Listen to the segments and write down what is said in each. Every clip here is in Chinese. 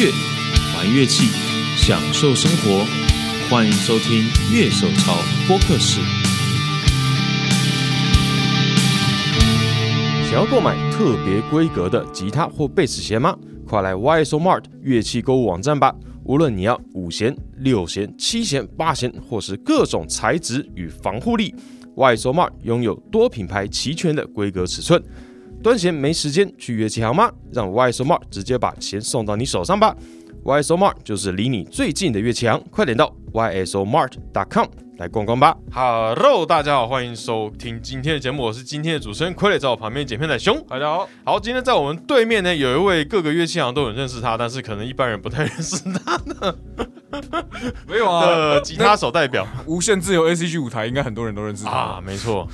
乐、玩乐器、享受生活，欢迎收听《乐手潮播客室》。想要购买特别规格的吉他或贝斯弦吗？快来 YSO Mart 乐器购物网站吧！无论你要五弦、六弦、七弦、八弦，或是各种材质与防护力，YSO Mart 拥有多品牌齐全的规格尺寸。端弦没时间去乐器行吗？让 YSO Mart 直接把弦送到你手上吧！YSO Mart 就是离你最近的乐器行，快点到 YSO Mart.com 来逛逛吧。Hello，大家好，欢迎收听今天的节目，我是今天的主持人傀儡，在我旁边剪片的熊。大家好，好，今天在我们对面呢，有一位各个乐器行都很认识他，但是可能一般人不太认识他没有啊的，吉他手代表那无限自由 A C G 舞台应该很多人都认识他啊，哦没错。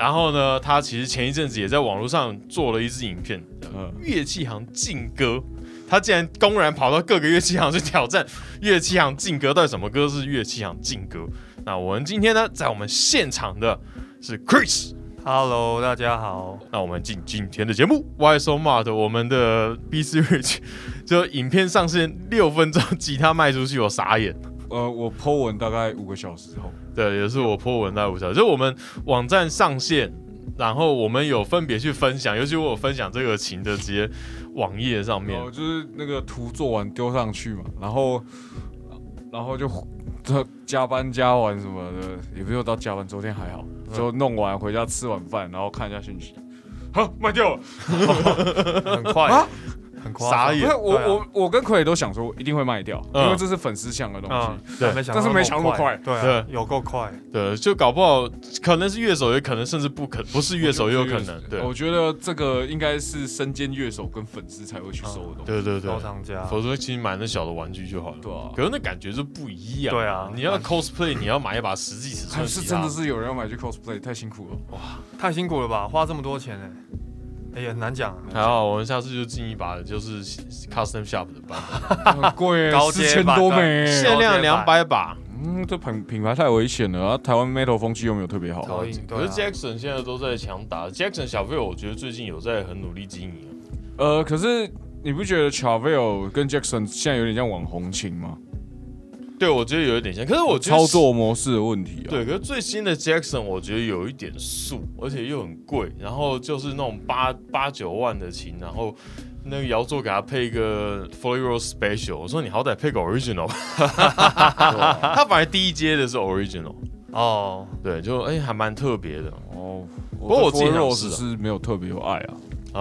然后呢，他其实前一阵子也在网络上做了一支影片，嗯乐器行禁歌。他竟然公然跑到各个乐器行去挑战乐器行禁歌，到底什么歌是乐器行禁歌？那我们今天呢，在我们现场的是 Chris， Hello，大家好。那我们进今天的节目，YSO Mart，我们的 B C Rich 就影片上线六分钟，吉他卖出去，我傻眼。呃，我 Po 文大概五个小时后，对，也是我破文在无效，就是我们网站上线，然后我们有分别去分享，尤其我有分享这个琴的直接网页上面然，后就是那个图做完丢上去嘛，然后然后就这加班加完什么的，也没有到加班，昨天还好，嗯就弄完回家吃晚饭，然后看一下讯息，好卖掉了。很快，啊很快，傻因眼为。我对啊我我跟傀儡都想说一定会卖掉，嗯因为这是粉丝向的东嗯西。，对但没想但是没想想那么快对啊，对有够快，对，就搞不好可能是乐手，也可能甚至不可不是乐手，也有可能。对，我觉得这个应该是身兼乐手跟粉丝才会嗯去收的东西。对对对收，藏家。否则其实买那小的玩具就好了。对啊，可是那感觉就不一样。对啊你要 cosplay，你要买一把实际尺寸还的啊哎是吉真他的。是有人要买去 cosplay，太辛苦了。太辛苦了吧，花这么多钱哎、哎、也很难讲、啊。还好，我们下次就进一把就是 custom shop 的版本，很贵欸，高四阶千版多的美欸。限量两百把。嗯，这品品牌太危险了，啊、台湾 metal 风气又没有特别好。超硬，对、可啊是。Jackson 现在都在强打，Jackson 小费，我觉得最近有在很努力经营啊。呃，可是你不觉得 Chavel 跟 Jackson 现在有点像网红情吗？对，我觉得有一点像，可是我觉得操作模式的问题啊。，对，可是最新的 Jackson 我觉得有一点素，而且又很贵，然后就是那种八八九万的琴，然后那个摇座给他配一个 f o l i r o Special，我说你好歹配个 Original，他反而第一阶的是 Original，哦，对，就哎、还蛮特别的哦，不过我自己想试 Rose 啊是没有特别有爱啊。啊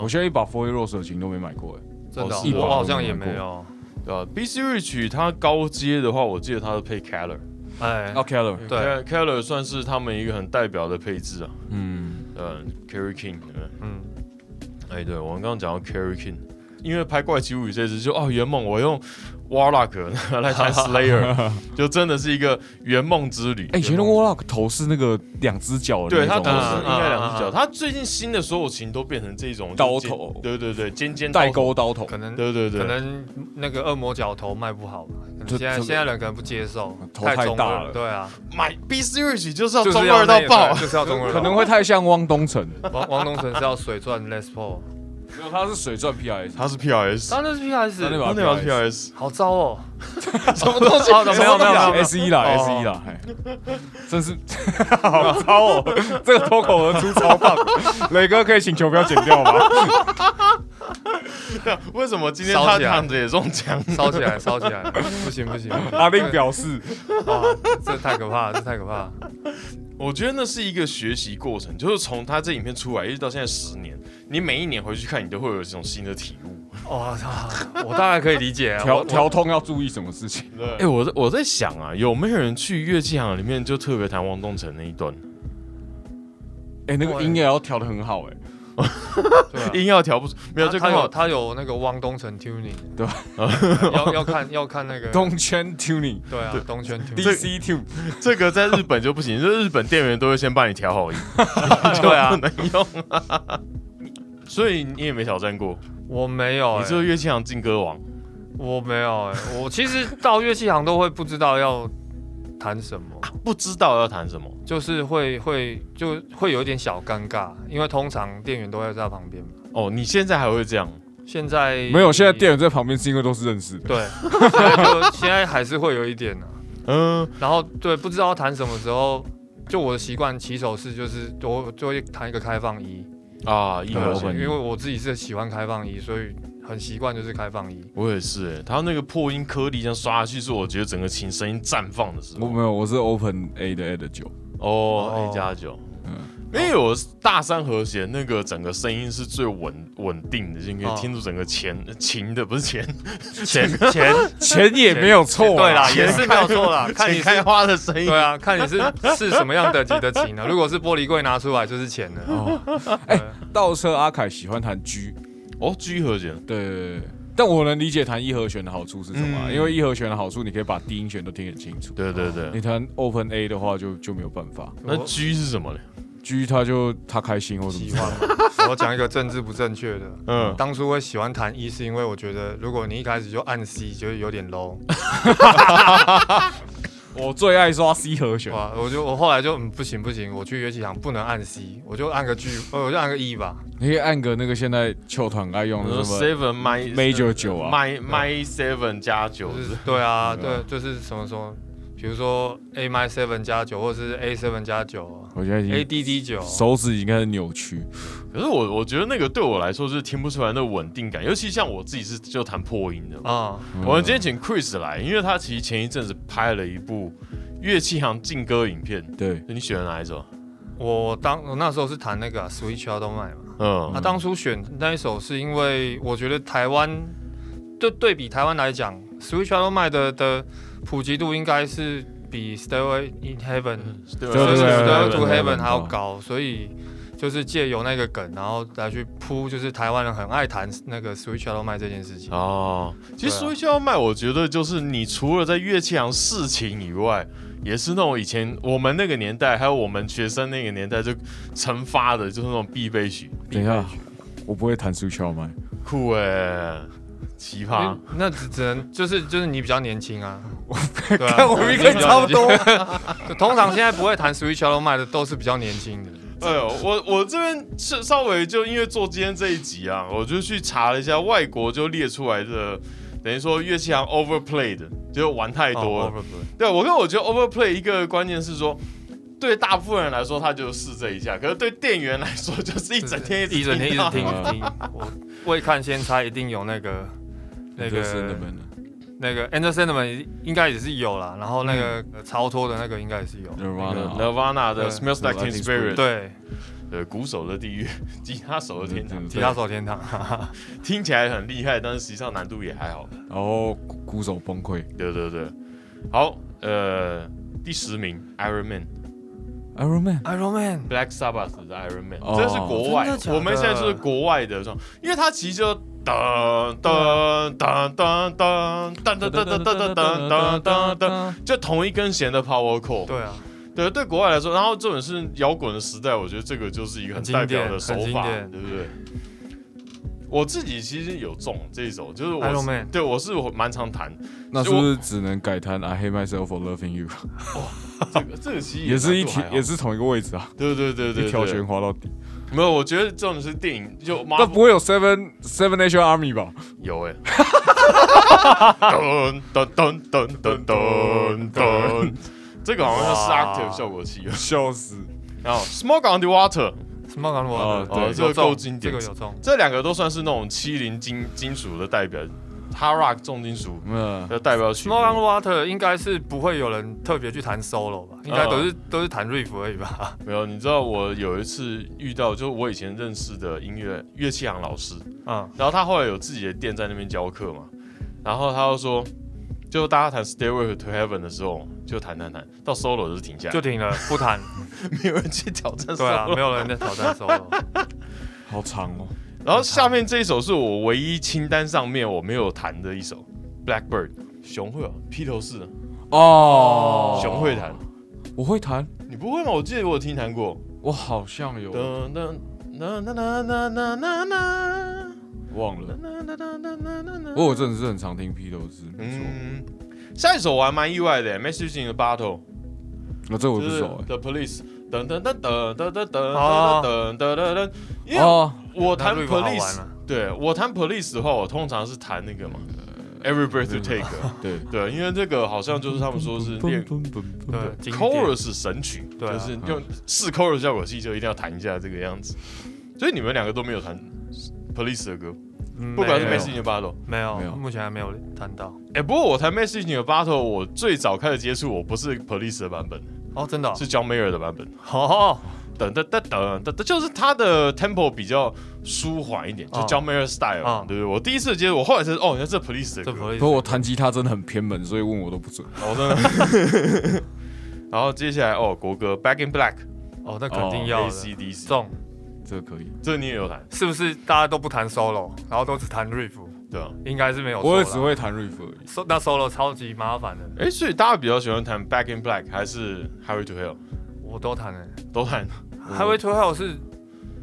我。现在一把 f o r Rose 的琴都没买过、欸，真的哦、哦是我吧好像也没有。对啊，BC Rich 它高阶的话，我记得它是配 Keller，哎、啊 Keller，对 Ke-，Keller 算是他们一个很代表的配置啊。嗯，呃，Carry King，嗯嗯，哎，对我们刚刚讲到 Carry King，因为拍《怪奇物语》这支就哦，圆梦我用 Warlock 来 弹 Slayer，就真的是一个圆梦之旅。哎、以前的 Warlock 头是那个两只脚的对那他种，头是嗯嗯应该两只嗯脚，嗯他最近新的所有琴都变成这种刀就是尖头对对对，尖尖带刀头，钩刀头，可能对对对，可能那个恶魔角头卖不好吧，可能这现在这个现在人可能不接受，头太中大二了对啊，买 B C Rich 就是要就中是二要到那爆，对就是要中二到爆，可能会太像汪东城。王王东城是要水钻 Les Paul，没有，他是水钻 PIS，他是 P R S，他那是 PS，他那把他那把 P R S， 好糟 哦，什么东西？啊哦没有没有没有 S 一啦哦 S 一啦，嘿真是 好糙哦！这个脱口而出超 棒，磊哥可以请求不要剪掉吗？ 为什么今天烧他起来躺着也中奖？烧起来烧起来，不行不行，阿令表示，哇，这太可怕了，这太可怕了。我觉得那是一个学习过程，就是从他这影片出来一直到现在十年，你每一年回去看，你都会有这种新的体悟。我操，我大概可以理解啊。调我调通要注意什么事情？哎、我在我在想啊，有没有人去乐器行里面就特别弹汪东城那一段， 哎，那个音也要调的很 好，哎，对 啊音要调不出，没有他就他刚有好他有那个汪东城 tuning，对吧 要要看要看那个东圈 tuning。对啊东圈 tuning， DC Two，这个在日本就不行， 就是日本店员都会先帮你调好音，对啊，所以你也没挑战过，我没有你欸，就是乐器行劲歌王。我没有哎，我其实到乐器行都会不知道要弹什么，不知道要弹什么，就是会会就会有一点小尴尬，因为通常店员都会在旁边嘛。哦，你现在还会这样？现在没有，现在店员在旁边是因为都是认识的。对，现在就现在还是会有一点呢、嗯，然后对，不知道弹什么时候，就我的习惯起手式就是我就会弹一个开放一，啊，一对模我本本因一为。我自己是喜欢开放一，所以很习惯就是开放一。我也是哎、他那个破音颗粒这样刷下去，是我觉得整个琴声音绽放的时我候。没有，我是 Open A 的 A 的 九，哦哦，A 加九，嗯，因为有大三和弦，那个整个声音是最稳稳定的，就可以哦听出整个前琴的不是前钱钱钱也没有错啊对啦，啦，也是没有错 啦，看你前是开花的声音。对啊，看你是是什么样等级的琴啊。如果是玻璃柜拿出来就是钱了。倒车阿凯喜欢弹 G，哦，G 和弦，对对对对但我能理解弹一和弦的好处是什么啊、嗯因为一和弦的好处，你可以把低音弦都听得清楚。对对对。你弹 Open A 的话就，就没有办法。那我 G 是什么呢？ G 他就他开心或什喜么，欢嘛，我讲一个政治不正确的。嗯，当初会喜欢弹一，是因为我觉得如果你一开始就按 C，就是有点 low。我最爱刷 C 和弦。哇，我就我后来就嗯不行不行，我去乐器行不能按 C，我就按个 G，呃我就按个 E 吧。你可以按个那个现在球团爱用我的说什么 Seven My Major 九啊，呃 My My Seven 加九就是是对啊，对啊对，就是什么说，比如说 A m i seven 加九，或者是 A seven 加九我现在已，A 哎经 D D 九，手指已经开始扭曲。可是我我觉得那个对我来说就是听不出来那稳定感，尤其像我自己是就弹破音的嘛。啊，我们今天请 Chris 来，因为他其实前一阵子拍了一部乐器行劲歌影片，对你选了哪一首？我当我那时候是弹那个、啊、Switch Out of Mind 嘛，嗯那、当初选那一首是因为我觉得台湾对对比台湾来讲，Switch Out of Mind 的的普及度应该是比 Stairway in Heaven 对对就对啊是对 Stairway 对 to 对 Heaven 还要高，所以就是借由那个梗，然后来去铺，就是台湾人很爱谈那个 Switch Out of Mind 这件事情。哦，其实对啊说一下要卖，我觉得就是你除了在乐器行试琴以外，也是那种以前我们那个年代，还有我们学生那个年代就成发的，就是那种必备曲，等一下，我不会弹 Switch 麦。酷哎、奇葩。那只只能就是就是你比较年轻啊，对啊看我们跟你差不多。 就通常现在不会谈 Switch Out of Mind 的都是比较年轻的。哎呦，我我这边是稍微就因为做今天这一集啊，我就去查了一下外国就列出来的，等于说乐器行 overplay 的，就是玩太多了。哦，overplay 对我跟我觉得 overplay 一个关键是说，对大部分人来说他就是这一下，可是对店员来说就是一整啊天一整天一到直听到一直听。我未看先猜，一定有那个那个真的没了。那个 Anderson 们应该也是有啦，然后那个呃超脱的那个应该也是有。那个 Nirvana Nirvana 的对 Smells Like Teen Spirit，对，对，鼓手的地狱， 吉他手的天堂，吉他手天堂，听起来很厉害，但是实际上难度也还好。然后鼓手崩溃。对对对，好，呃，第十名 Iron Man。 Iron Man， Iron Man， Black Sabbath 的 Iron Man，、哦这是国外真的假，的我们现在就是国外的这种，因为它其实就噔噔噔噔噔噔噔噔噔噔噔噔噔噔，就同一根弦的 power chord。对啊，对，对，国外来说，然后这种是摇滚的时代，我觉得这个就是一个很很经代典表的手法，很经典对不对？我自己其实有中这一首，就是我 Iron 是 Man 对我是我蛮 常弹，那是不是只能改弹 I Hate Myself for Loving You？这个这个其实也是一难度题还，好也是同一个位置啊，对对对一对对条弦滑到底。没有，我觉得这种是电影就那 Marvel 不会有 Seven Seven Nation Army 吧？有 哎、 噔噔噔噔噔噔噔，这个好像是哇 active 效果器。笑死！然后 Smoke on the Water，什么感哦我？对有这个中够经典这个有中。这两个都算是那种七零金金属的代表，hard rock 重金属嗯，的代表曲 Smoke on Water 应该是不会有人特别去弹 solo 吧，嗯应该都是都是弹 riff 而已吧。没有，你知道我有一次遇到，就是我以前认识的音乐乐器行老师，嗯，然后他后来有自己的店在那边教课嘛，然后他就说，就大家弹 Stairway to Heaven 的时候，就弹弹弹，到 solo 就是停下 来，嗯就停了，不弹。啊没有人去挑战 solo。对啊，没有人在挑战 solo。好长哦。然后下面这一首是我唯一清单上面我没有弹的一首《Blackbird》，熊会哦，披头士，哦熊会弹，我会弹，你不会吗？我记得我有听弹过。我好像有噔噔噔噔噔噔噔噔噔忘了。噔噔噔噔不过我真的是很常听披头士，没错。嗯，下一首我还蛮意外的，Message in the Bottle，那这我就不是熟哎。 The Police。噔噔噔噔噔噔噔噔噔噔噔，因为哦，我弹那 riff 好玩哦 Police，啊对我弹 Police 的话，我通常是弹那个嘛，Every Breath You Take，对对，因为这个好像就是他们说是练对，经典嗯 chorus 神曲，对啊就是用试 chorus 效果器就一定要弹一下这个样子。所以你们两个都没有弹 Police 的歌，嗯不管是没有 Message in Your Bottle。没有，没有目前还没有谈到。哎，不过我弹 Message in Your Bottle，我最早开始接触，我不是 Police 的版本，哦，真的哦是 John Mayer 的版本。哦，等等等等等，就是他的 tempo 比较舒缓一点，就哦 John Mayer style，、哦对不对？我第一次接触，我后来才知道哦，原来这 Police 这的歌，不不会过我弹吉他真的很偏门，所以问我都不准。哦，真 的。然后接下来哦，国歌 Back in Black，哦，那肯定要 A 的。 C D C，中这个可以，这你也有弹是不是大家都不弹 solo，然后都只弹 riff？对啊吧？应该是哦没有错啦。我也只会弹 riff 而已。 So- 那 solo 超级麻烦的，哎，所以大家比较喜欢弹 Back in Black 还是 Harry to Hell 我都弹了。都弹？啊 Highway to Hell 是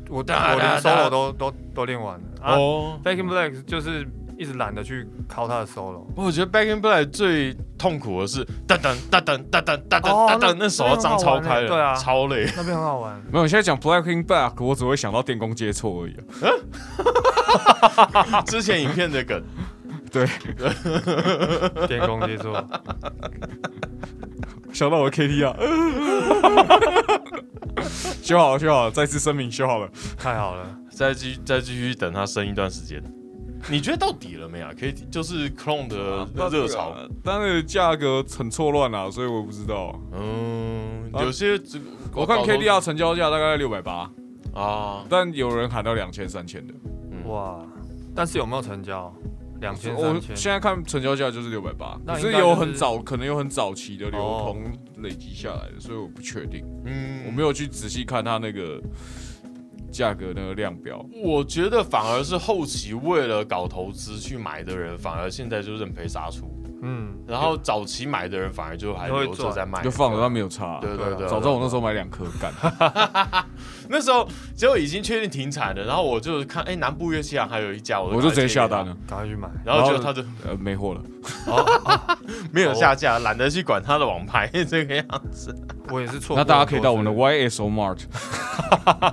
我我哒连哒哒 solo 都都都练完了。啊哦， Back in Black 就是一直懒得去敲他的 solo。我觉得 Back in Black 最痛苦的是噔噔噔噔噔噔噔哦噔那噔，那手要张超开了，那很好玩欸对啊 超累。那边很好 玩，没有，现在讲 Blacking Back，我只会想到电工接错而已啊。之前影片的梗，电工接触，想到我的 KT 啊， 修好了，修好了，再次声明，修好了。太好了。再继续再继续等它升一段时间。你觉得到底了没啊？可以就是 Clone 的热潮，但是价格很错乱啊，所以我也不知道。嗯，啊有些我看 K D KDR R 成交价大概六百八，啊，但有人喊到两千、三千的。哇！但是有没有成交？两千哦我三千，现在看成交价就是六百八，那可应该是就是有很早，可能有很早期的流通累积下来的，所以我不确定，嗯，我没有去仔细看它那个价格那个量表。我觉得反而是后期为了搞投资去买的人，反而现在就认赔杀出，嗯，然后早期买的人反而就还留着在卖，就放着，它没有差、啊对啊对对，早知道我那时候买两颗干，那时候就已经确定停产了，然后我就看，哎，南部乐器行还有一家，我我就直接下单了，了。赶快去买。啊然后就他就呃，没货了。没有下架，懒得去管他的网拍这个样子。我也是错过那很多次。大家可以到我们的 YSO Mart。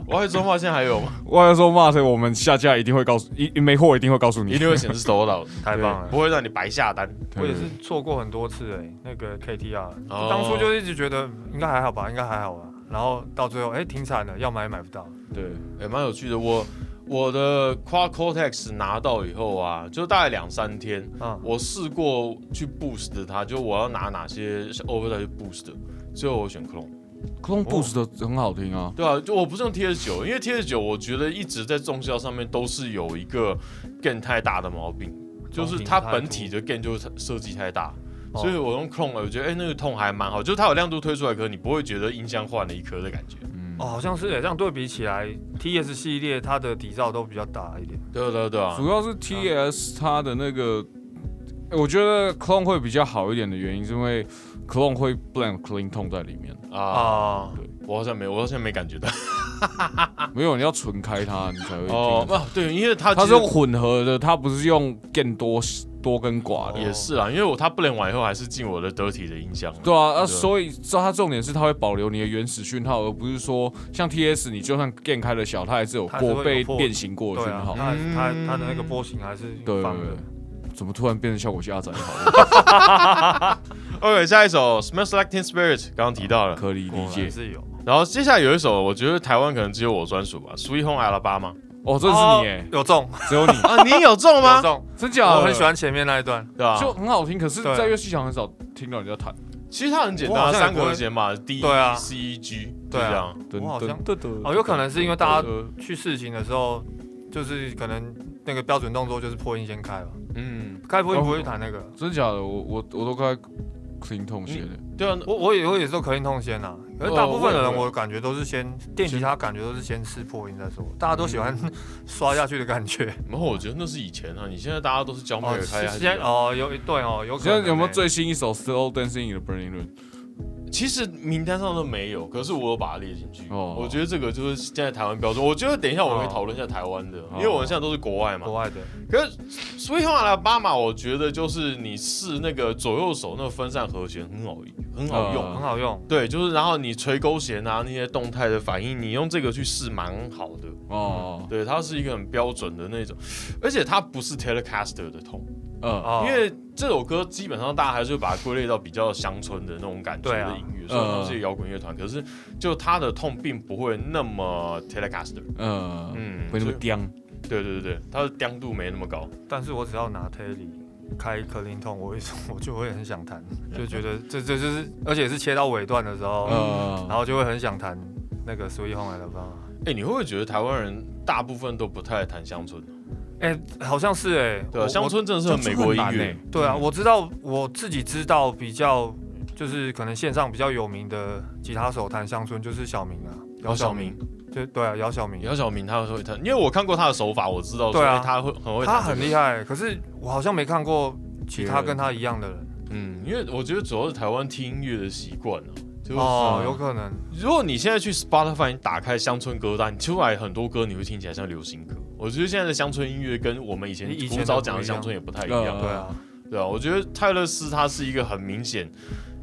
我还中华现在还有吗？ YSO Mart，我们下架一定会告诉，一没货一定会告诉一你。定会显示收到，太棒了不。会让你白下单。我也是错过很多次哎、那个 KTR，、哦当初就一直觉得应该还好吧，应该还好吧，然后到最后哎、停产了，要买也买不到，对，也蛮有趣的。我我的 Quad Cortex 拿到以后啊，就大概两三天，嗯，我试过去 boost 它，就我要拿哪些 overdrive 去 boost，最后我选 clone。 Clone Boost 的很好听啊，对啊，就我不是用 TS 九，因为 TS 九我觉得一直在重效上面都是有一个 gain 太大的毛病，就是它本体的 gain 就是设计太大。哦所以我用 clone 了，我觉得哎、那个痛还蛮好，就是它有亮度推出来，可是你不会觉得音箱换了一颗的感觉。嗯哦，，好像是哎、这样对比起来，TS 系列它的底噪都比较大一点，对啊对啊对啊，主要是 TS 它的那个，欸我觉得 Clone 会比较好一点的原因，是因为 Clone 会 blend clean tone 在里面，啊，啊，我好像没，我好像没感觉到。没有你要纯开它，你才会哦听，得。啊，对，因为它它其是实用混合的，它不是用更多多跟寡哦的。也是啊，因为我它不能完以后还是进我的 dirty 的音箱嘛。对啊，啊，对所以这它重点是它会保留你的原始讯号，而不是说像 TS 你就算电开的小，它还是有它还是过会有被破变形过的对讯啊号，。它嗯它它的那个波形还是对放对的对，怎么突然变成效果加载好了？ OK，下一首 Smells Like Teen Spirit 刚刚提到了，可以理也 解。是有，然后接下来有一首，我觉得台湾可能只有我专属吧，Sweet Home Alabama 哦，这是你哎哦，有中只 有你，啊，你有中有吗？中，真假的？我很喜欢前面那一段，对吧？就很好听，可是，啊对啊在乐器场很少听到人家弹。其实它很简我单，好像也三不个会和弦嘛，D 对啊 C E G 对啊就这样我好像噔噔哦，有可能是因为大家呃去试行的时候，就是可能那个标准动作就是破音先开吧，嗯，开破音哦不会弹那个。真假的，我我我都快 clean 痛写的。对啊，我我也我也是可以痛先啊，可是大部分的哦我人也会我感觉都是先电吉他，感觉都是先试破音再说，大家都喜嗯欢 刷下去的感觉。然后我觉得那是以前啊，你现在大家都是教妹哦，尔开是下去先啊。哦，有对哦，有可现能欸。在有没有最新一首 Still Dancing in the Burning Room？其实名单上都没有，可是我有把它列进去。哦我觉得这个就是现在台湾标准。我觉得等一下我们可以讨论一下台湾的，因为我们现在都是国外嘛国。外的？可是 Sweet Home Alabama，我觉得就是你试那个左右手那个分散和弦很好很好用。嗯很好用。对，就是然后你垂勾弦啊，那些动态的反应，你用这个去试蛮好的。哦，对，它是一个很标准的那种，而且它不是 Telecaster 的痛，嗯哦，因为这首歌基本上大家还是会把它归类到比较乡村的那种感觉对啊的音乐，虽然它是一个摇滚乐团，可是就它的痛并不会那么 Telecaster，嗯，嗯，会那么所以刁，对对对对，它的亮度没那么高。但是我只要拿 Telly 开克林痛，我会我就会很想弹，就觉得这这就是，而且是切到尾段的时候，嗯，然后就会很想弹那个 Sweet Home Alabama。哎、你会不会觉得台湾人大部分都不太谈乡村？哎、好像是哎、对啊、我乡我村真的是很美国音乐。对啊，我知道我自己知道比较就是可能线上比较有名的吉他手弹乡村就是小明啊，姚晓哦明，对对啊，姚小明，姚晓明他会弹，因为我看过他的手法，我知道说对啊哎他会很会弹这个，他很厉害、可是我好像没看过其他别人跟他一样的人嗯，因为我觉得主要是台湾听音乐的习惯啊，就是、哦，有可能如果你现在去 Spotify 你打开乡村歌单，你出来很多歌你会听起来像流行歌。我觉得现在的乡村音乐跟我们以前以前古的早不讲的一乡样村也不太一样，嗯对啊，对啊，我觉得泰勒斯他是一个很明显，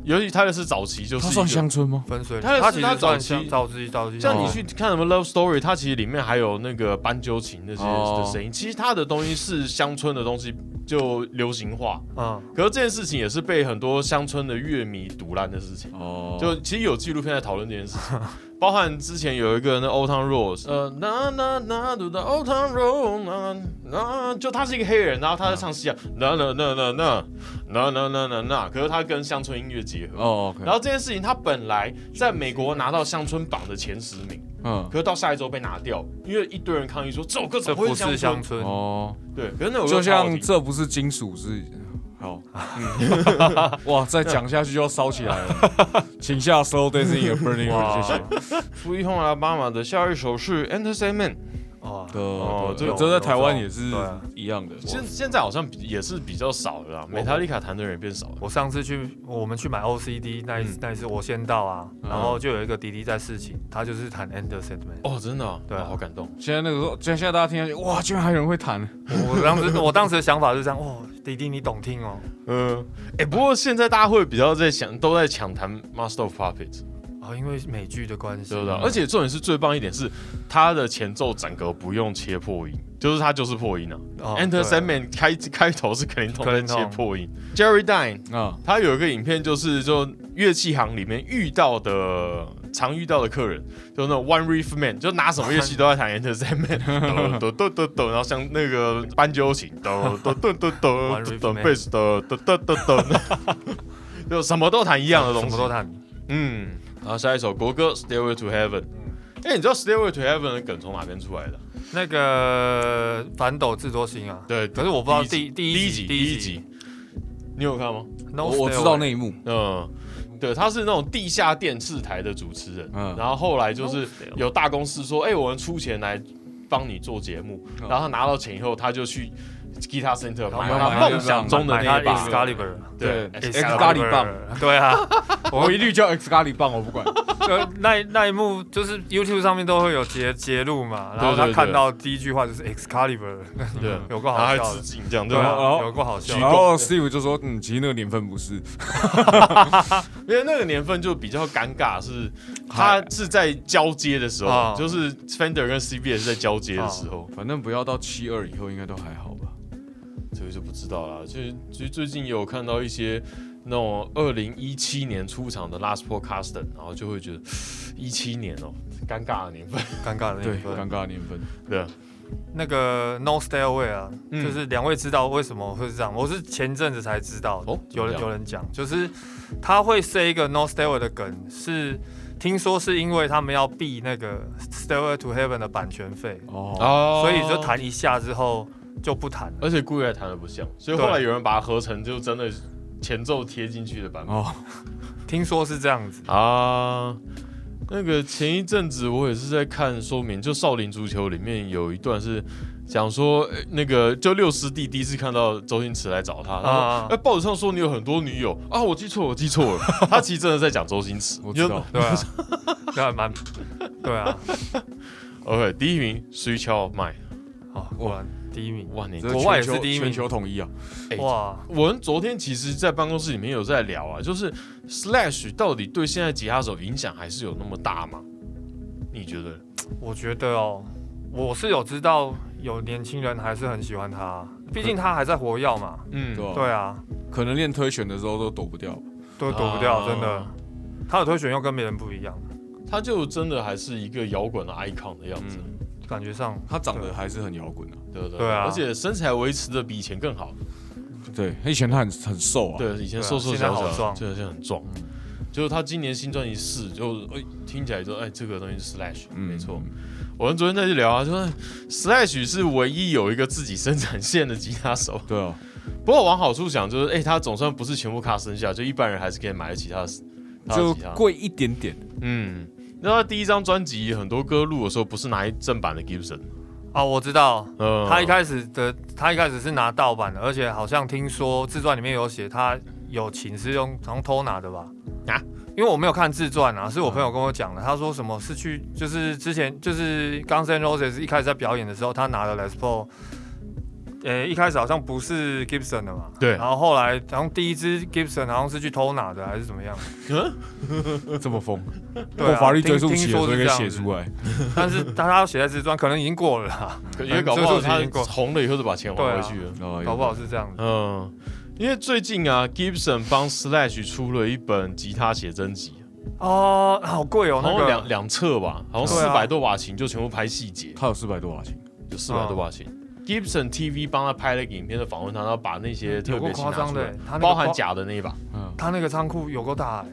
尤其泰勒斯早期就他是算一个。乡村吗？分水岭他的他是其他实早算期像早期早期像哦你去看什么 Love Story，它其实里面还有那个斑鸠琴那些的哦声音，其实它的东西是乡村的东西，就流行化。嗯可是这件事情也是被很多乡村的乐迷毒烂的事情。哦，就其实有纪录片在讨论这件事情，包含之前有一个那 Old Town Road，呃，na na na do the Old Town Road，na na，就他是一个黑人，然后他在唱啊西洋，na na na na na na na na na na，可是他跟乡村音乐结合。哦，然后这件事情，他本来在美国拿到乡村榜的前十名，嗯，可是到下一周被拿掉，因为一堆人抗议说这首歌怎这么会不是是乡乡村？村，哦，对，可是那首歌就超好像听这不是金属是好， 哇，再讲下去就要烧起来了， 请下 slow dancing in a burning room，谢谢。 《Sweet Home Alabama》的下一首是《Entertainment》，哦，对哦对这这有在台湾也是对啊一样的。现现在好像比也是比较少了啦，美塔利卡弹的人也变少了。我上次去我们去买 OCD 那一嗯次、那一次我先到啊，嗯然后就有一个弟弟在试琴，他就是弹 Anderson Man，、哦，真的、对啊哦好感动。现在那个时候，现在大家听下去，哇，居然还有人会弹，我我当时我当时的想法是这样，哦，弟弟你懂听哦，嗯，哎、不过现在大家会比较在想，都在抢谈 Master of Puppets，哦，因为美剧的关系，哦对不啊对？而且重点是最棒一点是，它的前奏整个不用切破音，就是它就是破音啊。哦 Enter Sandman 开开头是克林通在 Clinton 切破音，Jerry Dine 啊，他有一个影片，就是就乐器行里面遇到的常遇到的客人，就那种 One Riff Man，就拿什么乐器都在弹 Enter Sandman，抖抖抖抖抖，然后像那个斑鸠琴，抖抖抖抖抖 One Riff 抖 Man 贝斯，抖抖抖抖抖， 就什么都弹一样什的东么西都。弹，嗯，然后下一首国歌《Stairway to Heaven》。哎，你知道《Stairway to Heaven》的梗从哪边出来的？那个反斗智多星啊，对，可是我不知道第第第一一集，集第第一一集集，你有看吗？ No 我我知道 Stairway 那一幕，嗯，对，他是那种地下电视台的主持人，嗯然后后来就是有大公司说，哎、我们出钱来帮你做节目，嗯然后他拿到钱以后，他就去 Guitar Center 然后买买他那个梦想中的买那他一把， Excalibur，对对 Excalibur Excalibur 咖喱棒，对啊，我一律叫 X 咖喱棒，我不 管。呃，那那一幕就是 YouTube 上面都会有截截录嘛，然后对对他对看到第一句话就是 Excalibur，对，有够然后好还笑致的，敬这样，对对吧？然啊，后有够好笑鞠的，然躬后 Steve 就说：“嗯，其实那个年份不是。因为那个年份就比较尴尬，是他是在交接的时候哦，就是 Fender 跟 CBS 在交接的时候，反正不要到七二以后，应该都还好吧。这个就不知道啦。就是就最近有看到一些那种二零一七年出场的 Last Podcast，然后就会觉得 一七年哦，尴尬的 年份。尴尬的那对，一尴分。尬的年份。对，那个 No Stay Away 啊，嗯就是两位知道为什么会是这样？我是前阵子才知道，哦有人怎么样有人讲，就是他会设一个 No Stay Away 的梗，是听说是因为他们要避那个 Stay Away to Heaven 的版权费，哦， 哦所以就，弹一下之后就不弹了。而且故意还弹的不像，所以后来有人把它合成，就真的前奏贴进去的版本哦，听说是这样子，啊。那个前一阵子我也是在看说明，就《少林足球》里面有一段是讲说，呃那个就六师弟第一次看到周星驰来找他，然后啊哎，报纸上说你有很多女友啊，我记错了，我记错了。他其实真的在讲周星驰，我知道就。对啊， 对啊，蛮，对啊， OK，第一名《水桥麦》，哦，果然第一名，哇，你这国外也全是球第一名全球统一啊，哎哇，我们昨天其实，在办公室里面有在聊啊，就是 Slash 到底对现在吉他手影响还是有那么大吗？你觉得？我觉得哦，我是有知道有年轻人还是很喜欢他，毕竟他还在活跃嘛。嗯对吧？对啊，可能练推选的时候都躲不掉。都躲不掉，啊真的。他的推选又跟别人不一样，他就真的还是一个摇滚的 icon 的样子，嗯，感觉上他长得还是很摇滚啊。对不对？对啊而且身材维持的比以前更好。对，他以前他很很瘦啊。对，以对啊前瘦瘦现在小好小，壮现在现在很壮嗯。就是他今年新专辑四，就哎听起来就哎这个东西是 Slash，、嗯，没错。我们昨天在去聊啊，就说 Slash 是唯一有一个自己生产线的吉他手。 对啊，不过往好处想，就是哎、他总算不是全部卡身下，就一般人还是可以买得起他的他的就吉他。贵一点点。嗯，那他第一张专辑很多歌录的时候不是拿一正版的 Gibson，哦，我知道。嗯，他一开始的他一开始是拿盗版的，而且好像听说自传里面有写他有琴是用好像偷拿的吧？啊，因为我没有看自传啊，是我朋友跟我讲的。嗯他说什么是去就是之前就是《Guns N' Roses》一开始在表演的时候，他拿了 Les Paul，呃、一开始好像不是 Gibson 的嘛，对然后后来好像第一支 Gibson 好像是去偷拿的还是怎么样？ 这么疯，对、啊，我法律追溯听期听的时候说可是以这样写子出来。但是但他要写在自传，可能已经过了 啦，可因为搞不好他嗯这个是已经过啊红了以后就把钱还回去了。哦搞不好是这样子。嗯，因为最近啊，Gibson 帮 Slash 出了一本吉他写真集，哦，好贵哦，好那像个两两册吧，好像对四啊百多把琴就全部拍细节，他有四百多啊瓦琴，有四百多嗯把琴。Gibson TV 帮他拍了一个影片的访问他，然后把那些特有够别琴夸拿张出的来欸，，他那个包含包，假的那一把。嗯，他那个仓库有够大哎，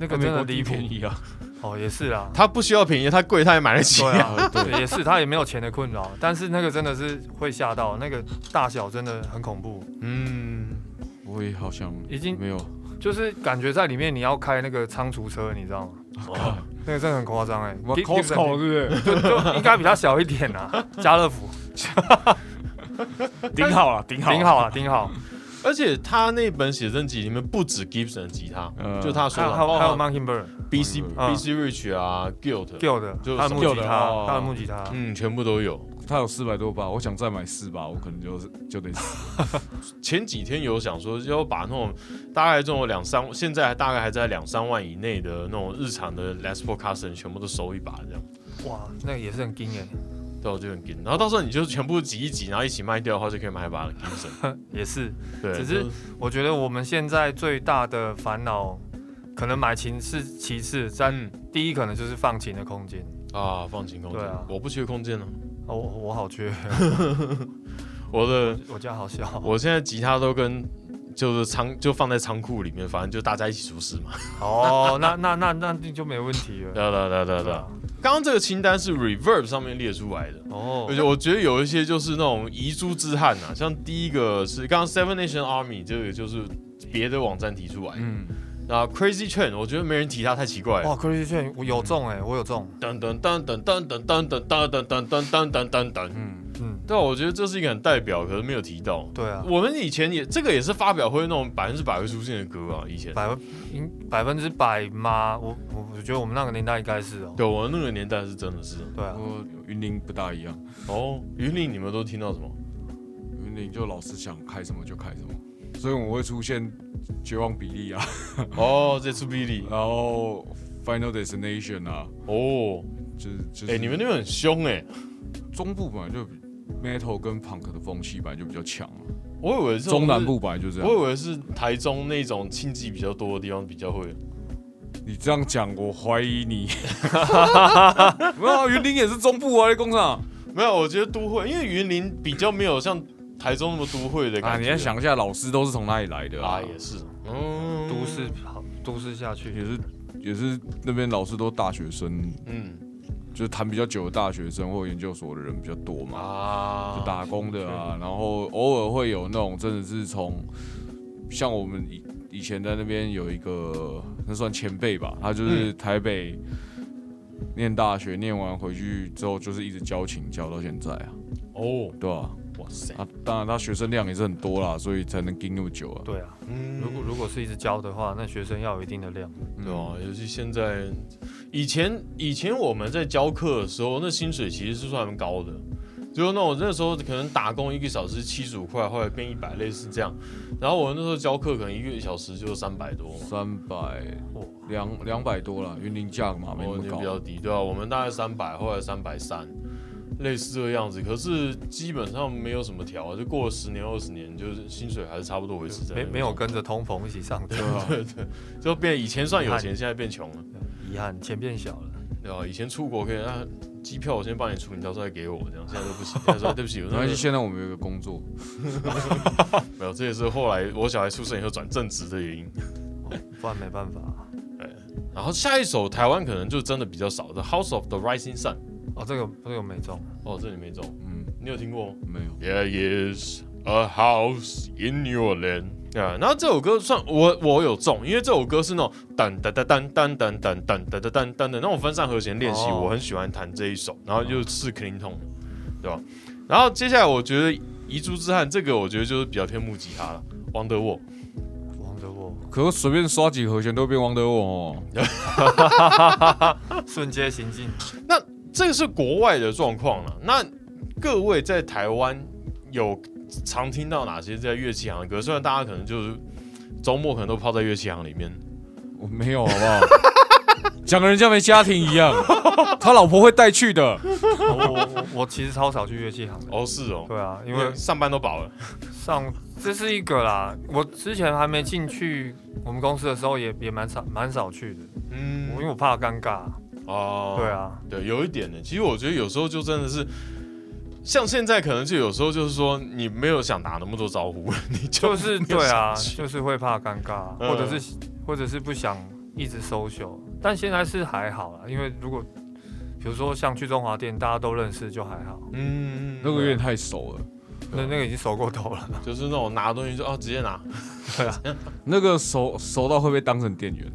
那个真的离谱一啊。哦，也是啦，他不需要便宜，他贵他也买得起。对啊，对，也是他也没有钱的困扰，但是那个真的是会吓到，那个大小真的很恐怖，嗯，我也好像已经没有，就是感觉在里面你要开那个仓储车，你知道吗？哦那个真的很夸张哎我 Gib- Costco 是不是？就就应该比它小一点啊，家乐福顶好了，顶好，挺好啊，挺好，而且他那本写真集里面不止 Gibson 的吉他，嗯就他还说有的，还有还有啊包含 Monkey Bird B C 嗯 B C Rich 啊，Guilt，旧的，就是他的木吉 Guild 的他哦，他的木吉他，嗯，全部都有。他有四百多把，我想再买四把，我可能就是就得死。前几天有想说要把那种大概这种两三，现在大概还在两三万以内的那种日常的 Les Paul Custom 全部都收一把这样，哇，那个也是很惊哎，对，我就很 g 然后到时候你就全部挤一挤，然后一起卖掉的话，就可以买一把 Gibson。也是。对，只是就我觉得我们现在最大的烦恼，可能买琴是其次，但嗯第一可能就是放琴的空间。啊，放晴空间对啊，我不缺空间呢，哦，我我好缺， 我的我家好小。我现在吉他都跟就是仓就放在仓库里面，反正就大家一起出事嘛。哦，那那那那那就没问题了。对啊对啊对啊对啊对啊。刚刚这个清单是 Reverb 上面列出来的，哦而，且我觉得有一些就是那种遗珠之憾呐、像第一个是刚刚 Seven Nation Army 这个就是别的网站提出来，嗯，然后 Crazy Train 我觉得没人提它太奇怪了。哇，Crazy 券我有中哎，我有中。噔噔噔噔噔噔噔噔噔噔噔噔噔噔噔噔。嗯，嗯，但我觉得这是一个很代表，可是没有提到。对啊，我们以前也这个也是发表会那种百分之百会出现的歌啊，以前。百分应百分之百吗？我我我觉得我们那个年代应该是哦。对，我那个年代是真的是。对啊，我云林不大一样，哦，云林你们都听到 什么？云林就老师想开什么就开什么，所以我会出现绝望比例啊，哦，这出 Billy。然后 Final Destination 啊，哦，就是就是，哎、你们那边很凶哎、中部本来就比 metal 跟 punk 的风气本来就比较强啊，我以为这种中南是部本来就这我以样。为是台中那种亲戚比较多的地方比较会。你这样讲，我怀疑 你。没有啊，云林也是中部啊，工厂没有，我觉得都会，因为云林比较没有像台中那么都会的感觉。啊。你要想一下，老师都是从哪里来的啊，也是，嗯，都市，好，都市下去也是也是那边老师都大学生，嗯就是谈比较久的大学生或研究所的人比较多嘛，啊嗯就，打工的啊，然后偶尔会有那种真的是从像我们以以前在那边有一个那算前辈吧，他就是嗯台北念大学，念完回去之后就是一直教琴教到现在啊，哦，对吧、哇塞，啊？当然他学生量也是很多啦，所以才能盯那么久啊。对啊，嗯如果如果是一直教的话，那学生要有一定的量。嗯对啊，尤其现在，以前以前我们在教课的时候，那薪水其实是算蛮高的，就那我那时候可能打工一个小时七十五块，后来变一百，类似这样。然后我那时候教课可能一个小时就三百多嘛，三百两两百多了，云林价格嘛没那我么就比高较。低，对啊，我们大概三百，后来三百三，类似这个样子。可是基本上没有什么调啊，就过了十年二十年，就是薪水还是差不多维持在那没个没有跟着通膨一起上车，对啊对，就变以前算有钱，现在变穷了，遗憾钱变小了。对吧、以前出国可以，那机票我先帮你出，你到时候再给我，这样现在都不行。现在 说对不起，我没那关系，个现在我们有一个工作，没有，这也是后来我小孩出生以后转正职的原因。不然没办法然后下一首台湾可能就真的比较少，《The House of the Rising Sun》。哦，这个这个没中，哦，这里没中，嗯，你有听过吗？没有。 There is a house in your land。啊，然后这首歌算我我有中，因为这首歌是那种噔噔噔噔噔噔噔噔噔噔噔噔的那种分散和弦练习，哦我很喜欢弹这一首，然后又是 clean tone，对吧？然后接下来我觉得《遗珠之憾》这个，我觉得就是比较偏木吉他了，王德沃。王德沃可是随便刷几个和弦都变王德沃 哦。瞬间行 进，这个是国外的状况了。那各位在台湾有常听到哪些在乐器行的歌？虽然大家可能就是周末可能都泡在乐器行里面，我没有，好 不好？讲的人家没家庭一 样，他老婆会带去的。哦我我我我其实超少去乐器行的。哦，是哦，对啊，因为上班都饱了。上这是一个啦，我之前还没进去我们公司的时候也也蛮少蛮少去的，嗯因为我怕尴尬。哦，对， 啊，对，有一点呢。其实我觉得有时候就真的是，像现在可能就有时候就是说你没有想打那么多招呼， 你就就是没有对啊，想去就是会怕尴尬，嗯或者是或者是不想一直 social，但现在是还好啦，因为如果比如说像去中华店，大家都认识就还好，嗯，那个有点太熟了，那那个已经熟过头了。就是那种拿东西就哦直接拿。那个熟熟到会被当成店员。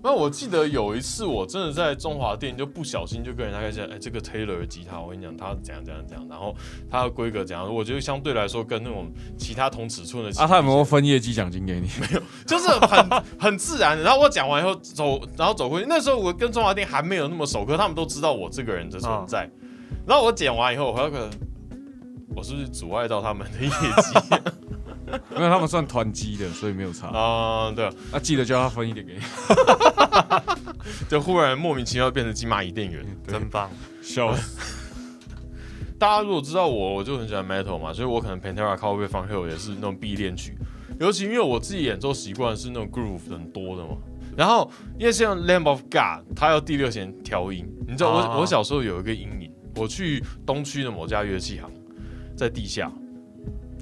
那我记得有一次，我真的在中华店就不小心就跟人家开始，哎，这个 Taylor 的吉他，我跟你讲，它怎样怎样怎样，然后它的规格怎样，我觉得相对来说跟那种其他同尺寸的吉啊，他有没有分业绩奖金给你？就是很很自然的。然后我讲完以后走，然后走过去，那时候我跟中华店还没有那么熟，可他们都知道我这个人的存在。然后我剪完以后，我回来可能我是不是阻碍到他们的业 绩因为他们算团积的，所以没有差。啊？对，啊，记得叫他分一点给你。就忽然莫名其妙变成金蚂蚁店员。嗯对，真棒！笑死。 大家如果知道我，我就很喜欢 metal 嘛，所以我可能 Pantera、Cowboy、Fun Hill 也是那种必练曲。尤其因为我自己演奏习惯是那种 groove 很多的嘛，然后因为像 Lamb of God，它要第六弦调音，你知道我、啊我小时候有一个阴影，我去东区的某家乐器行，在地下，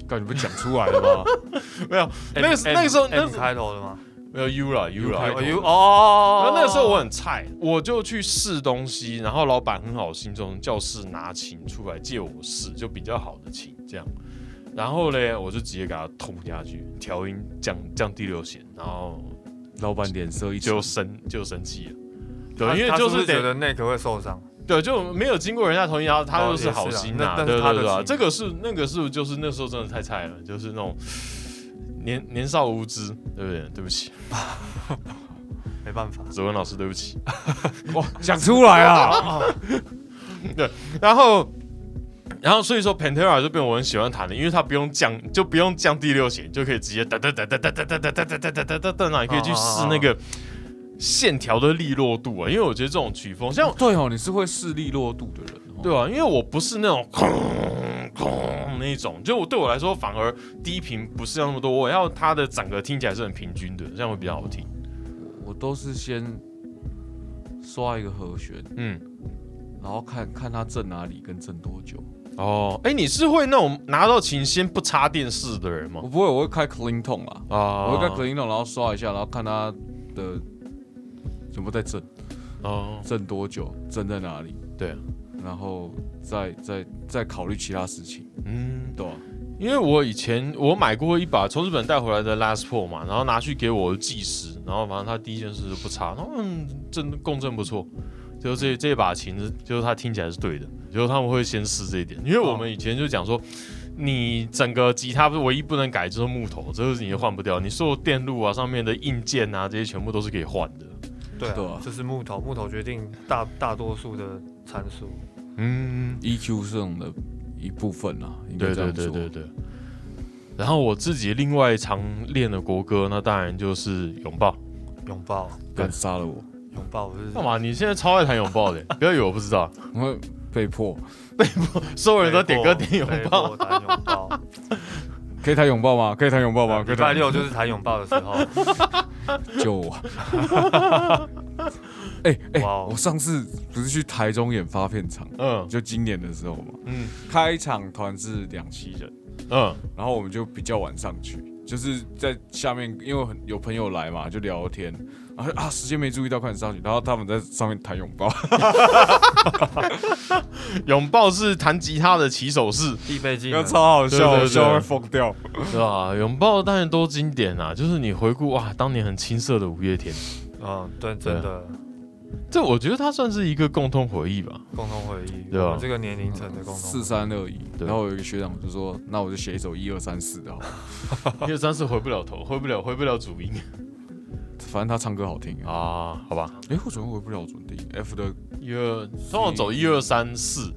感觉不讲出来了吧？没有那个时那个时候 M- 那 M 开头的吗？没有 U 啦 U 啦开头哦，的 U 然哦后，那个时候我很菜，我就去试东西，然后老板很好心从教室拿琴出来借我试，就比较好的琴这样。然后嘞，我就直接给他痛下去，调音降降第六弦，然后 老板脸色一就揪，生就生气了。他对，因他为就是不是是觉得得那个会受伤，对，就没有经过人家同意，然后他哦又是好心也是呐、啊那那是对他的对对、啊，琴这个是那个是就是那时候真的太菜了，就是那种 年年少无知，对不对？对不起，没办法。子文老师，对不起。 哇，讲出来啊！然后，然后所以说 Pantera 就变我很喜欢弹的，因为它不用降，就不用降第六弦，就可以直接哒哒哒哒哒哒哒哒哒哒哒哒哒哒哒，那你可以去试那个线条的利落度啊。因为我觉得这种曲风，像对哦，你是会视力落度的人哦。对啊，因为我不是那种空空那一种，就我对我来说反而低频不是要那么多，我要它的整个听起来是很平均的，这样会比较好听。我都是先刷一个和弦，嗯，然后看看他震哪里跟震多久。哦，哎，你是会那种拿到琴先不插电视的人吗我？不会，我会开 clean tone 啦。啊我会开 clean tone，然后刷一下，然后看他的怎么在震，哦，震多久，震在哪里，对啊，然后再再再考虑其他事情，嗯。对吧、因为我以前我买过一把从日本带回来的 Last Four 嘛，然后拿去给我的技师，然后反正他第一件事就不差，然后嗯，震共振不错，就是这这把琴是就是他听起来是对的，就是他们会先试这一点，因为我们以前就讲说，你整个吉他唯一不能改就是木头，这是你换不掉，你所有电路啊上面的硬件啊这些全部都是可以换的，对对啊啊，就是木头，木头决定大大多数的参数。嗯， EQ E 是这种的一部分啦，应该这对对样对说。对对。然后我自己另外常练的国歌，那当然就是拥抱。拥抱，干杀了我， 拥抱，我是干嘛？你现在超爱弹拥抱的，不要以为我不知道，我会被迫所有人都点歌被迫点拥抱。，被迫谈拥 抱。可以谈拥抱吗？可以谈拥抱吗？可礼以拜谈六就是谈拥抱的时 候， 救我！哎哎，哇哦我上次不是去台中演发片场，嗯就今年的时候嘛，嗯开场团是两栖人，嗯然后我们就比较晚上去，就是在下面，因为很有朋友来嘛，就聊天，然后啊时间没注意到，快点上去，然后他们在上面谈拥 抱，拥抱是弹吉他的起手式，必备技那能。超好笑，对对对我笑会疯掉。对吧？拥抱当然多经典啊，就是你回顾哇，当年很青涩的五月天，嗯，对，真的这我觉得它算是一个共同回忆吧。共同回忆，对啊我们这个年龄层的共同回四忆。三二一，对然后有一个学长就说：“那我就写一首一二三四的好了，一二三四回不了头，回不了，回不了主音反正他唱歌好听啊。啊，好吧。”哎，我怎么回不了准定？F 的一二，通常走一二三四，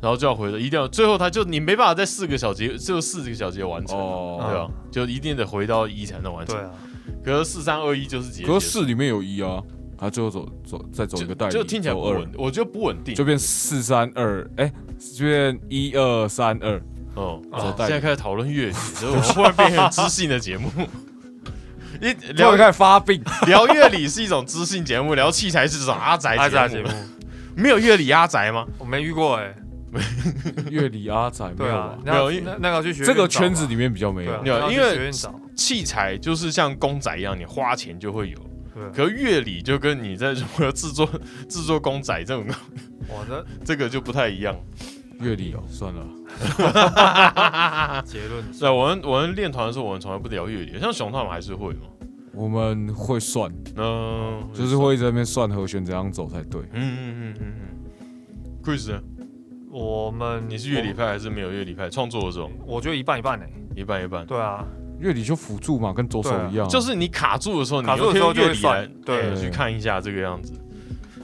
然后就要回的，一定要最后他就你没办法在四个小节，只有四个小节完成，对哦，啊，就一定得回到一才能完成对。啊，可是四三二一就是结，可是四里面有一啊，他最后走走再走一个代就理，就听起来不走二稳，，我觉得不稳定。嗯就变四三二，哎，就变一二三二。嗯，走啊代现理在开始讨论粤 语，所以我们忽然变成知性的节目。 一聊聊一开始发病，聊乐理是一种知性节目，聊器材是一种阿宅阿仔节节目目。没有乐理阿宅吗？我没遇过哎，乐理阿仔没对有啊吧，？那没有因那那个要啊去学这个院找圈子吧里面比较没对有啊，没有那要去因为学院找器材就是像公仔一样，你花钱就会有。对啊，可乐理就跟你在如何制作 制作公仔这种，我的这个就不太一样。乐理哦，算了，结论对，啊我们我们练团的时候，我们从来不聊乐理，像熊他们还是会嘛。我们会算，嗯，就是会在那边算和弦怎样走才对。嗯，嗯嗯嗯嗯嗯。Chris，呢我们你是乐理派还是没有乐理派？创作的时候我，我觉得一半一半哎，一半一半，对啊，乐理就辅助嘛，跟左手一样啊，就是你卡住的时候，你卡住的时候用乐就会理算来对哎去看一下这个样子。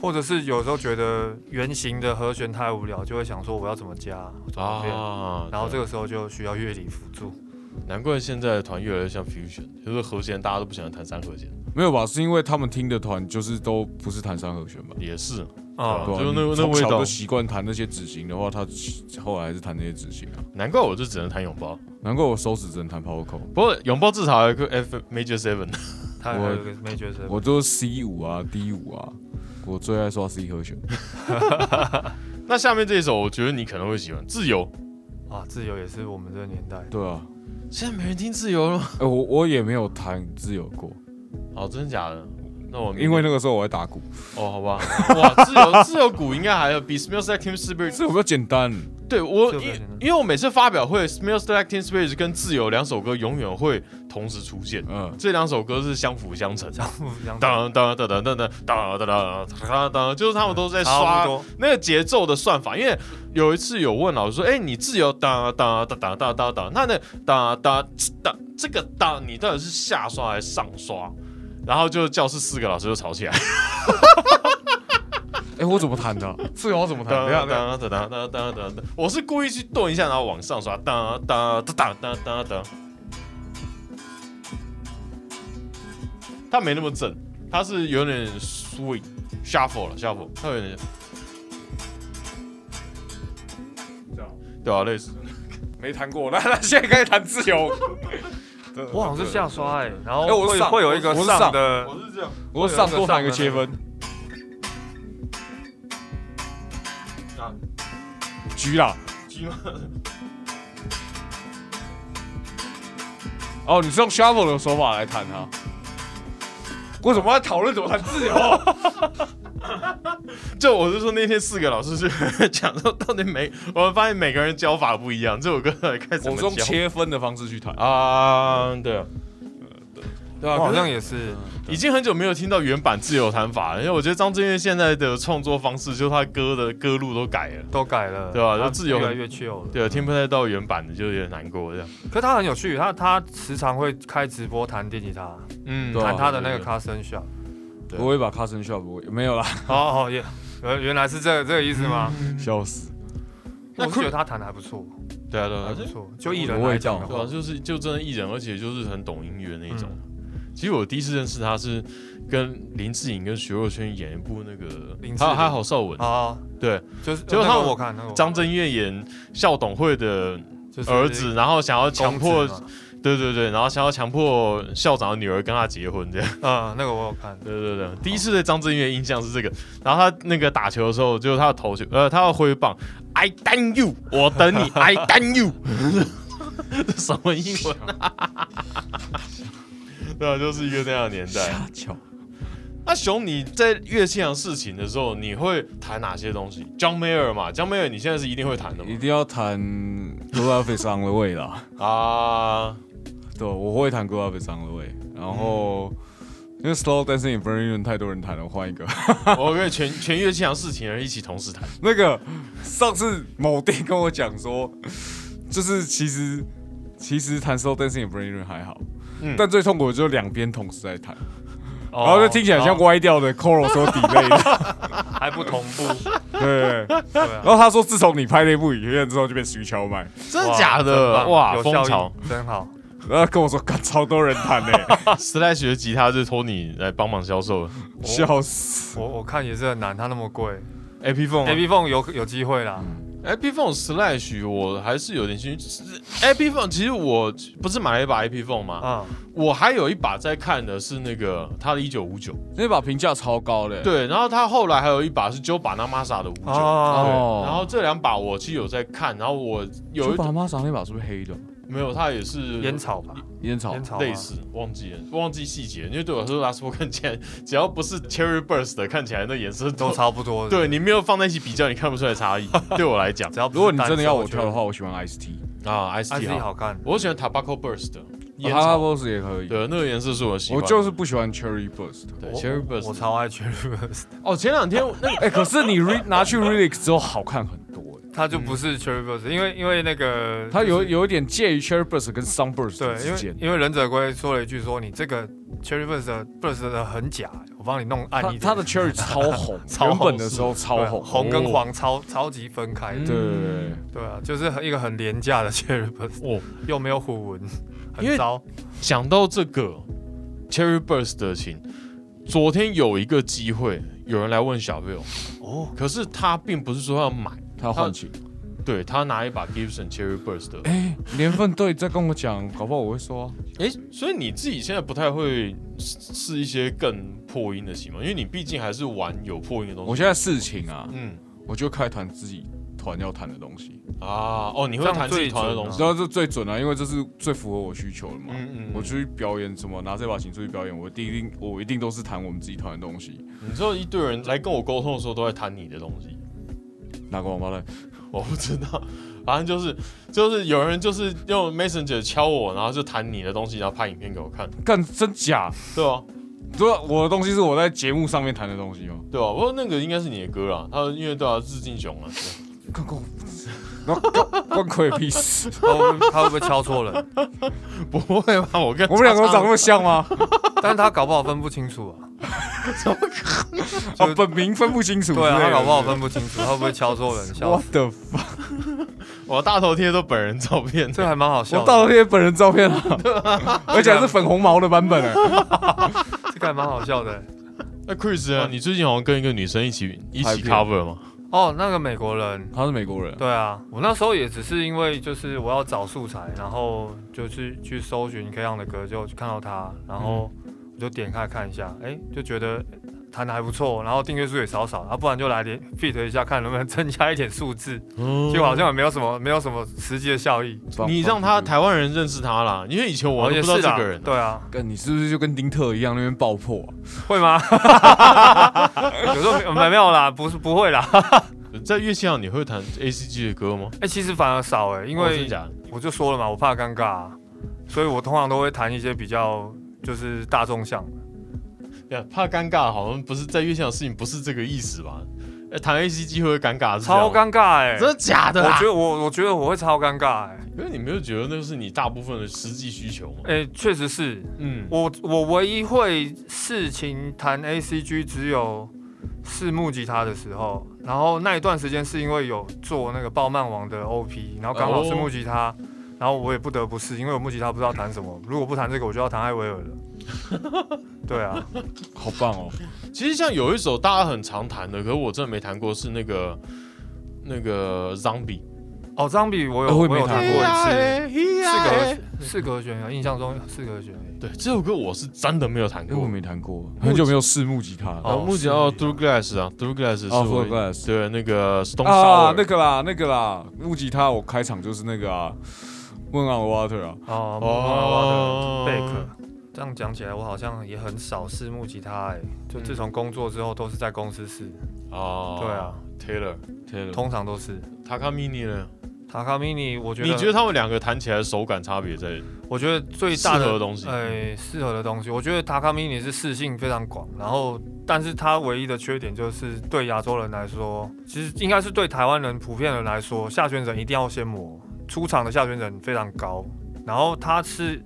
或者是有时候觉得圆形的和弦太无聊，就会想说我要怎么加，怎么变，啊，然后这个个时候就需要乐理辅助。难怪现在的团越来越像 fusion，就是和弦大家都不喜欢弹三和弦，没有吧？是因为他们听的团就是都不是弹三和弦吧？也是哦啊对啊对吧就是那你那从味小道就习惯弹那些指型的话，他后来还是弹那些指型啊。难怪我就只能弹拥抱。难怪我手指只能弹 power chord，不过拥抱至少还有一个 F major seven， 他还有一个没觉得，我就是 C 五啊，D 五啊，我最爱刷 C 和弦。那下面这一首，我觉得你可能会喜欢《自由》。啊，自由也是我们这个年代。对啊，现在没人听《自由》了吗？哎、我我也没有弹自由过，哦，真的假的？那我明因为那个时候我在打鼓，哦，好吧，哇，自由自由鼓应该还有比 Smells Like Teen Spirit 这有比较简单。对我自由因比较简单因为我每次发表会 Smells Like Teen Spirit 跟自由两首歌永远会同时出现，嗯，这两首歌是相辅相成。相互相成，当当当当当当当当当当，就是他们都在刷差不多那个节奏的算法，因为有一次有问老师说：“哎、你自由哒哒哒哒哒哒哒，那那哒哒哒这个哒，你到底是下刷还是上刷？”然后就教室四个老师就吵起来，哎、我怎么弹的啊、自由我怎么弹？哒等一下哒等一下，哒哒哒哒哒哒，我是故意去顿一下，然后往上刷，哒哒哒哒哒哒哒。他没那么正，他是有点 swing shuffle 了 shuffle，他有点这样对啊，类似。没弹过，那那现在开始弹自由。我好像是下刷哎，然后哎我是会上会有一我个是上上的，是这样，我上多弹一个切分。啊狙啦！鸡吗？哦，你是用 shuffle 的手法来弹啊它。为什么要讨论怎么弹自由？就我是说那天四个老师是讲说到底每，我们发现每个人教法不一样，这首歌到底该怎我么是用教切分的方式去弹，啊？对啊，对我啊，好好像像也哦是，已经很久没有听到原版自由弹法了，因为我觉得张震岳现在的创作方式，就是他歌的歌路都改了，都改了，对啊就它自由越来很越 chill 了。对啊，听不太到原版的就有点难过这样。可他很有趣，他他时常会开直播弹电吉他，嗯对啊弹他的那个 Carson Shot。对我会把 Carson Shop 我没有啦， 哦哦也，呃，原来是这个这个意思吗？笑死！那我嗯那是觉得 Chris- 他弹的还不错，对啊对啊还，不就错。就艺人我也来讲的对啊，话，就是就真的艺人，而且就是很懂音乐那一种。嗯其实我第一次认识他是跟林志颖跟徐若瑄演一部那个林，志还有颖还有郝邵文，啊，对，就是结果他那个我看那个我看张震岳演校董会的就是儿子，然后想要强迫公子，嘛对对对，然后想要强迫校长的女儿跟他结婚这样。嗯，那个我有看，对对对，第一次对张震岳印象是这个。然后他那个打球的时候，就是他的头球，呃，他要挥棒，I damn you，我等你，I damn you，这什么英文啊？对啊，就是一个那样的年代。巧，那熊，你在乐器上事情的时候，你会弹哪些东西？John Mayer 嘛，John Mayer 你现在是一定会弹的一嘛？定要弹 Good Life is on the way 啦。啊，对，我会弹 Good Life is on the way，然后。因为 slow dancing in Berlin 太多人弹了，我换一个。 我跟全全乐器上事情的人一起同时弹。那个上次某弟跟我讲说，就是其实其实弹 slow dancing in Berlin 还好，嗯但最痛苦的就是两边同时在弹，然然后就听起来像歪掉的 chorus 说 delay 的，哦还不同步，对。对啊然，后他说，自从你拍那部影片之后，就变徐乔麦，真的哇假真的？棒哇，有风效潮！应，真好。然后跟我说，干超多人欸弹呢、时代学吉他就是托你来帮忙销售 笑死！我我看也是很难，它那么贵。 A P Phone。 A B 凤有有机会啦， A P Phone Slash 我还是有点兴趣。A P Phone 其实我不是买了一把 A P Phone 吗？嗯，我还有一把在看的是那个它的一九五九，那把评价超高的、欸对，然后它后来还有一把是 Joe Banamasa 的五九、哦对，然后这两把我其实有在看，然后我有一把妈赏那把是不是黑的？没有，它也是烟草吧，烟草烟草吗类似，忘记了，忘记细节，因为对我来说 Last Four 看起来只要不是 Cherry Burst 的，看起来那颜色都差不多的。对你没有放在一起比较，你看不出来差异。对我来讲只要不是如果你单真的色要我我觉挑的得话，我喜欢 Ice T，啊，S 还 T 是好，好看。我喜欢 Tobacco Burst 的烟哈哈草， Boss 也可以。对，那个颜色是我喜欢我的。就是不喜欢 Cherry Burst。对我 Cherry 我我 Burst。超爱 Cherry Burst，哦，前两天那个哎、可是你 re 拿去 Relix 之后好看很多、哎，它就不是 Cherry Burst，因为因为那个它有有一点介于 Cherry Burst 跟 Sunburst 对，因之为间。因为忍者龟说了一句说你这个 Cherry Burst 的 Burst 的很假，我帮你弄暗它一点。它的 Cherry 超红，超原红本的时候超对红，红跟哦黄超超级分开的嗯。对对对对对啊，就是很一个很廉价的 Cherry Burst，哦，又没有虎纹，因为很糟。讲到这个 Cherry Burst 的琴，昨天有一个机会，有人来问小 Bill，哦，可是他并不是说要买，他换琴。对他拿一把 Gibson Cherry Burst 的。哎、年份对，再跟我讲，搞不好我会说、啊。哎，所以你自己现在不太会试试一些更破音的琴吗？因为你毕竟还是玩有破音的东西。我现在事情啊，嗯我就开始弹自己团要弹的东西，啊哦，你会这样弹自己最团的准东啊西。然后这最准了、因为这是最符合我需求的嘛。嗯嗯，我我出去表演什么，拿这把琴出去表演，我一定我一定都是弹我们自己团的东西。你知道一堆人来跟我沟通的时候都在谈你的东西，哪个王八蛋？ 我不知道，反正就是就是有人就是用 Messenger 敲我，然后就谈你的东西，然后拍影片给我看，干真假？对啊对啊，我的东西是我在节目上面弹的东西哦吗？对啊，不过那个应该是你的歌啦，他因为对啊，致敬熊啊， 对干关，然后关关鬼屁 事！他会不会他会不会敲错 人？不会吧？我跟我们两个叉叉长那么像吗？但是他搞不好分不清楚啊。啊，本名分不清楚。对啊，他搞不好分。分不清楚，他会不会敲错人？笑 What 死， the？f- 我大头贴都本人照片，这还蛮好笑我到的，了贴本人照片了，而且还是粉红毛的版本哎。这个还蛮好笑的。那 Chris 啊，你最近好像跟一个女生一起一拍起片 cover 吗？哦，那个美国人，他是美国人，对啊，我那时候也只是因为就是我要找素材，然后就去去搜寻 K 样的歌，就看到他，然后嗯我就点开看一下，哎、就觉得弹的还不错，然后订阅数也少少，啊，不然就来连 fit 一下，看能不能增加一点数字，嗯结果好像也没有什么没有什么实际的效益。你让他台湾人认识他啦，因为以前我哦都也不知道是这啦个人啊。对啊，干，你是不是就跟丁特一样那边爆破啊？会吗？ 有时候没没有啦，不是不会啦。在乐器上你会弹 A C G 的歌吗？哎、其实反而少哎、因哦真为的假的？我就说了嘛，我怕尴尬啊、所以我通常都会弹一些比较就是大众向的。呀，怕尴尬，好像不是在乐器上的事情，不是这个意思吧？哎、谈 A C G 会不会尴尬，是这样超吗，尴尬哎、真的假的啊我啦觉？得我我觉得我会超尴尬哎、因为你没有觉得那是你大部分的实际需求吗？哎、确实是嗯，我我唯一会事情弹 A C G 只有试木吉他的时候，然后那一段时间是因为有做那个暴漫王的 OP，然后刚好是木吉他，然后我也不得不试，因为我木吉他不知道弹什么，如果不弹这个，我就要弹艾薇儿了。 对啊，好棒哦！其实像有一首大家很常弹的，可是我真的没弹过，是那个那个 Zombie。哦，张比我有、哎我也我没有弹弹过一次，哎次四格弦啊，印象中四格弦。对，这首歌我是真的没有弹因为我过。没弹过，很久没有试木吉他了。然后目前哦，Through Glass 啊，Through Glass 是哦，Through 我 Glass 对那个 Stone 啊，那 Sour 个啦，那个啦，木吉他我开场就是那个啊，《Moon on Water》啊，哦，哦哦，贝克。这样讲起来，我好像也很少试木吉他哎、就自从工作之后都是在公司试，嗯哦，对啊，Taylor 通常都是。 Takamini 呢？塔卡米尼，我觉得你觉得他们两个弹起来的手感差别在？我觉得最大适的合的东西哎，适合的东西，我觉得塔卡米尼是适性非常广，然后，但是它唯一的缺点就是对亚洲人来说，其实应该是对台湾人普遍人来说，下旋枕一定要先磨，出场的下旋枕非常高，然后它是。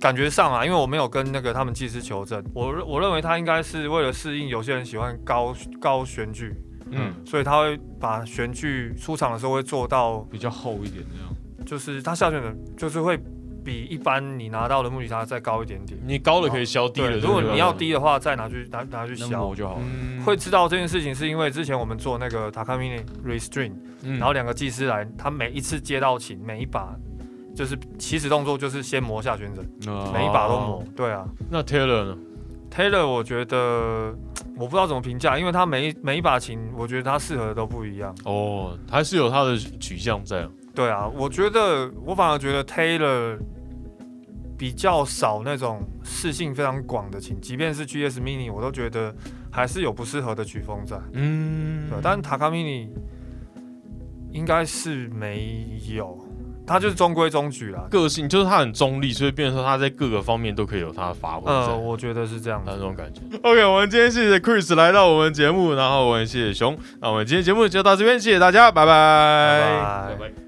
感觉上啊，因为我没有跟那个他们技师求证，我认我认为他应该是为了适应有些人喜欢高高旋距，嗯，所以他会把旋距出场的时候会做到比较厚一点那样。就是它下旋的，就是会比一般你拿到的木吉他再高一点点。你高的可以削低的，对，对如果不对你要，低的话，再拿去拿拿去那削磨。就好了。嗯会知道这件事情是因为之前我们做那个 Takamine Restring，、嗯然后两个技师来，他每一次接到琴，每一把就是起始动作就是先磨下旋枕，那每一把都磨。对啊那 Taylor 呢？ ，Taylor 我觉得我不知道怎么评价，因为他每一每一把琴，我觉得他适合的都不一样。哦，还是有他的取向在啊。对啊，我觉得我反而觉得 Taylor 比较少那种适性非常广的琴，即便是 GS Mini，我都觉得还是有不适合的曲风在。嗯对，但是 Taka Mini 应该是没有，它就是中规中矩啦。个性就是他很中立，所以变成说他在各个方面都可以有他的发挥。呃，我觉得是这样那子。种感觉。OK，我们今天谢谢 Chris 来到我们节目，然后我们谢谢熊，那我们今天节目就到这边，谢谢大家，拜拜拜拜拜拜